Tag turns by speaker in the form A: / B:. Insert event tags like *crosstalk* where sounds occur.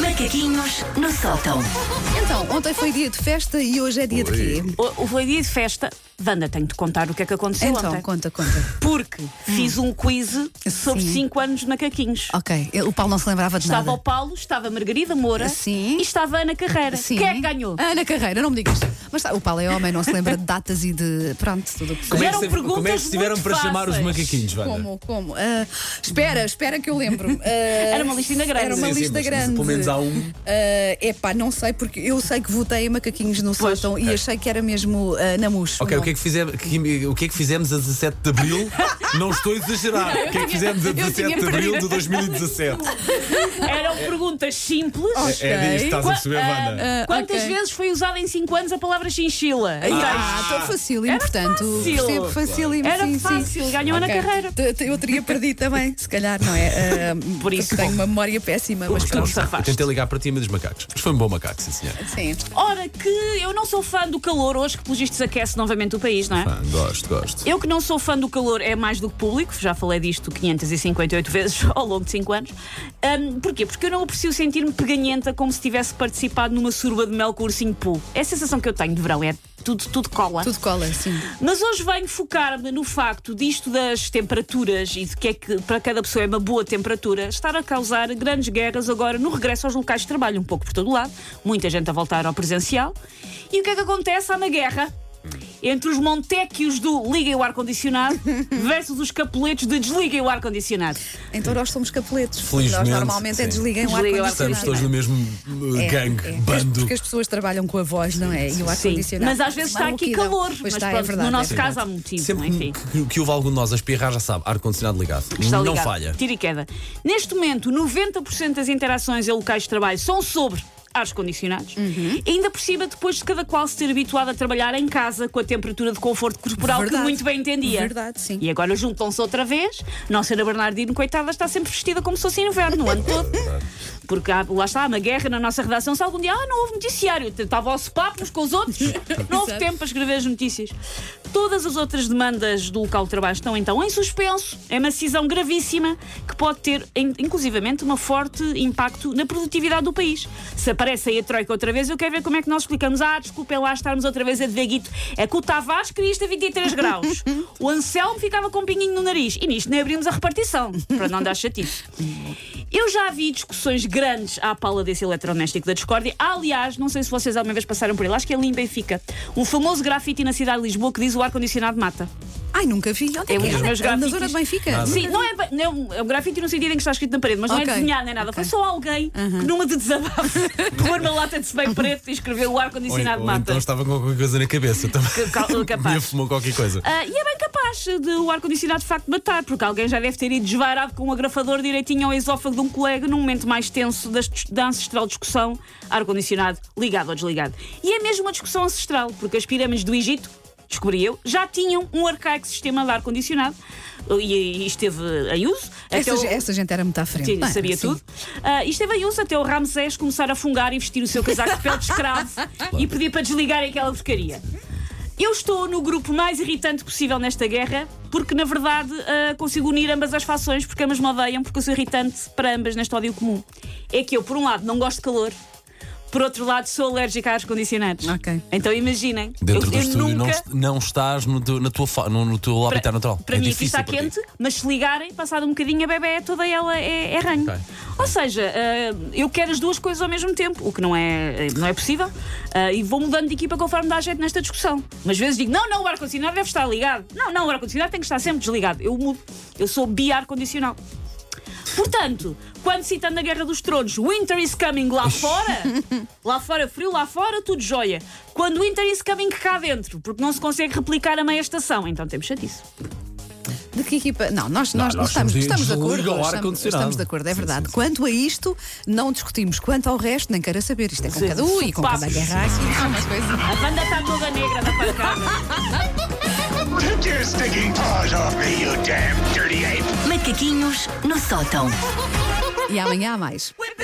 A: Macaquinhos no sótão.
B: Então, ontem foi dia de festa e hoje é dia de quê?
C: O, o foi dia de festa. Wanda, tenho de contar o que é que aconteceu
B: Então,
C: ontem.
B: conta, conta.
C: Porque fiz um quiz sobre
B: Sim.
C: 5 anos de macaquinhos.
B: Ok, eu- o Paulo não se lembrava de
C: Estava o
B: nada.
C: Paulo, estava a Margarida Moura
B: Sim.
C: e estava a Ana Carreira. Quem é que ganhou?
B: Ana Carreira, não me digas. Mas tá, o Paulo é homem, não se lembra de datas e de. Pronto, tudo o que
C: Como
B: sei.
C: é Eram
D: se- como é que
C: perguntas
D: se tiveram
C: muito
D: para chamar os
C: fáceis.
D: macaquinhos, Wanda?
B: Como, como? Ah, espera, espera que eu lembro. Ah,
C: Era uma listinha grande.
B: Era uma
D: Sim, sim,
B: lista
D: mas- mas
B: grande.
D: pelo menos há um.
B: Ah, epá, não sei, porque eu sei que votei em macaquinhos no sótão e achei que era mesmo ah, na murcha.
D: É. Ok, o que, é que fizemos, que- o que é que fizemos a 17 de
C: *laughs*
D: Abril? Não estou a exagerar. o que é que fizemos a 17 de Abril de 2017?
C: Eram perguntas simples.
B: Ok.
D: É disto que estás a
C: Qua-
D: perceber,
C: ah,
D: Wanda.
C: Quantas
B: ok.
C: vezes foi usada em 5 anos a palavra chinchila? Em
B: Ah,
C: textos?
B: tão fácil, e
C: Era
B: portanto.
C: fácil.
B: Percebo, fácil e
C: Era
B: sim,
C: fácil,
B: sim.
C: ganhou na
B: Ok.
C: carreira.
B: Te- te- Eu teria perdido também, se calhar, não
C: *laughs*
B: é? Ah,
C: Por isso.
B: Porque tenho uma memória péssima, mas
C: Não
B: pronto.
D: Eu
C: safaste.
D: Tentei ligar para ti, mas dos macacos. Mas foi um bom macaco, sim, senhor.
B: Sim.
C: Ora, que eu não sou fã do calor hoje, que pelos vistos aquece novamente o país, não é?
D: Ah, gosto, gosto.
C: Eu que não sou fã do calor é mais do que público, já falei disto 558 vezes *laughs* ao longo de 5 anos. Ahm, porquê? Porque eu não aprecio sentir-me peganhenta como se tivesse participado numa surba de mel com ursinho Poo. É a sensação que eu tenho de verão, é tudo, tudo cola.
B: Tudo cola, sim.
C: Mas hoje venho focar-me no facto disto das temperaturas e de que é que para cada pessoa é uma boa temperatura estar a causar grandes guerras agora no regresso aos locais de trabalho, um pouco por todo o lado, muita gente a voltar ao presencial. E o que é que acontece? Há uma guerra entre os montequios do liguem
B: *laughs*
C: o ar-condicionado versus os capuletos de desliguem o ar-condicionado.
B: Então nós somos capuletos. nós
D: Felizmente,
B: normalmente é
D: sim.
B: desliguem o
C: Desliguem o
D: Estamos
B: ar-condicionado.
D: todos no mesmo uh,
B: É,
D: gangue,
B: é.
D: bando.
B: Porque as pessoas trabalham com a voz, não é? E o
C: Sim,
B: ar-condicionado.
C: mas às vezes
B: dá
C: está
B: um
C: aqui
B: rouquidão.
C: calor.
B: Pois
C: Mas
B: está, é
C: pronto,
B: verdade.
C: no
B: é
C: nosso
B: verdade.
C: caso há motivo, é?
D: Sempre
C: enfim.
D: que, que houve algum de nós a espirrar, já sabe, ar-condicionado ligado.
C: está
D: Não
C: ligado.
D: falha.
C: Tira e queda. Neste momento, 90% das interações em locais de trabalho são sobre ares condicionados. Ainda por cima, depois de cada qual se ter habituado a trabalhar em casa com a temperatura de conforto corporal
B: Verdade.
C: que muito bem entendia.
B: Verdade, sim.
C: E agora juntam-se outra vez. Nossa Ana Bernardino, coitada, está sempre vestida como se fosse inverno o ano todo. Porque há- lá está, há uma guerra na nossa redação. Se algum dia, ah, não houve noticiário, estava aos papos com os outros, não houve
B: Exato.
C: tempo para escrever as notícias. Todas as outras demandas do local de trabalho estão então em suspenso. É uma decisão gravíssima que pode ter, in- inclusivamente, um forte impacto na produtividade do país. Se aparece aí a Troika outra vez, eu quero ver como é que nós explicamos. Ah, desculpem lá estarmos outra vez a dever guito. É que o Tavares queria isto a 23 graus. O Anselmo ficava com um pinguinho no nariz. E nisto nem abrimos a repartição, para não dar chatice. Eu já vi discussões grandes à pala desse eletrodoméstico da discórdia. Aliás, não sei se vocês alguma vez passaram por ele, acho que é ali em Benfica. Um famoso grafite na cidade de Lisboa que diz o ar-condicionado mata.
B: Ai, nunca vi. Onde é
C: É um
B: que
C: dos meus
B: era? Na
C: grafites.
B: zona de
D: Ah,
B: Benfica?
C: Sim, não é, bem- não é um- é um grafite no sentido em que está escrito na parede, mas não
B: Ok.
C: é desenhado nem nada. Foi
B: Ok.
C: só alguém que numa de desabafo *laughs* pôr uma lata de spray preto e escreveu o
D: Ou, en-
C: ar-condicionado
D: ou
C: mata.
D: então estava com qualquer coisa na cabeça também.
C: Ca-
D: *laughs*
C: capaz.
D: Me fumou qualquer coisa.
C: Ah, e é bem capaz de o ar-condicionado de facto matar, porque alguém já deve ter ido desvairado com um agrafador direitinho ao esófago de um colega num momento mais tenso das dis- da ancestral discussão ar-condicionado ligado ou desligado. E é mesmo uma discussão ancestral, porque as pirâmides do Egito, descobri eu, já tinham um arcaico sistema de ar-condicionado e, e esteve em uso. até
B: Essa,
C: o-
B: essa gente era muito à frente.
C: Sim,
B: não é?
C: sabia
B: Sim.
C: tudo. Ah, e esteve em uso até o Ramsés começar a fungar e vestir o seu casaco de pele
B: *laughs*
C: de escravo e pedir para desligar aquela porcaria. Eu estou no grupo mais irritante possível nesta guerra, porque na verdade ah, consigo unir ambas as fações, porque ambas me odeiam, porque eu sou irritante para ambas neste ódio comum. É que eu, por um lado, não gosto de calor, por outro lado, sou alérgica a ar condicionados.
B: Ok.
C: Então imaginem,
D: Dentro
C: eu,
D: do
C: eu
D: estúdio
C: nunca.
D: não, est- não estás no teu, na tua, fa- no, no teu habitat natural.
C: Para
D: é
C: mim, aqui
D: difícil
C: está
D: para ti.
C: quente, mas se ligarem, passado um bocadinho, a bebé toda ela é, é ranho.
D: Ok.
C: Ou seja, eh, eu quero as duas coisas ao mesmo tempo, o que não é, eh, não é possível, eh, e vou mudando de equipa conforme dá jeito nesta discussão. Mas às vezes digo, não, não, o ar-condicionado deve estar ligado. Não, não, o ar-condicionado tem que estar sempre desligado. Eu mudo. Eu sou bi-ar-condicional. Portanto, quando citando a Guerra dos Tronos, Winter is coming
D: *laughs*
C: lá fora, lá fora frio, lá fora tudo joia. Quando Winter is coming cá dentro, porque não se consegue replicar a meia estação, então temos chatice.
B: De que equipa? Não, nós,
D: Não,
B: nós,
D: nós
B: estamos,
D: somos
B: estamos de
D: de
B: acordo.
D: liga ao
B: Estamos,
D: ar-condicionado.
B: estamos de acordo, é
D: Sim,
B: verdade.
D: sim, sim.
B: Quanto a isto, não discutimos. Quanto ao resto, nem quero saber. Isto é com
C: Sim.
B: cada um e com cada
C: Passo.
B: guerra aqui. É uma coisa.
C: A banda está toda negra da pancada.
E: Take your stinking paws off me, you damn dirty ape!
A: Macaquinhos no sótão.
B: E amanhã há mais.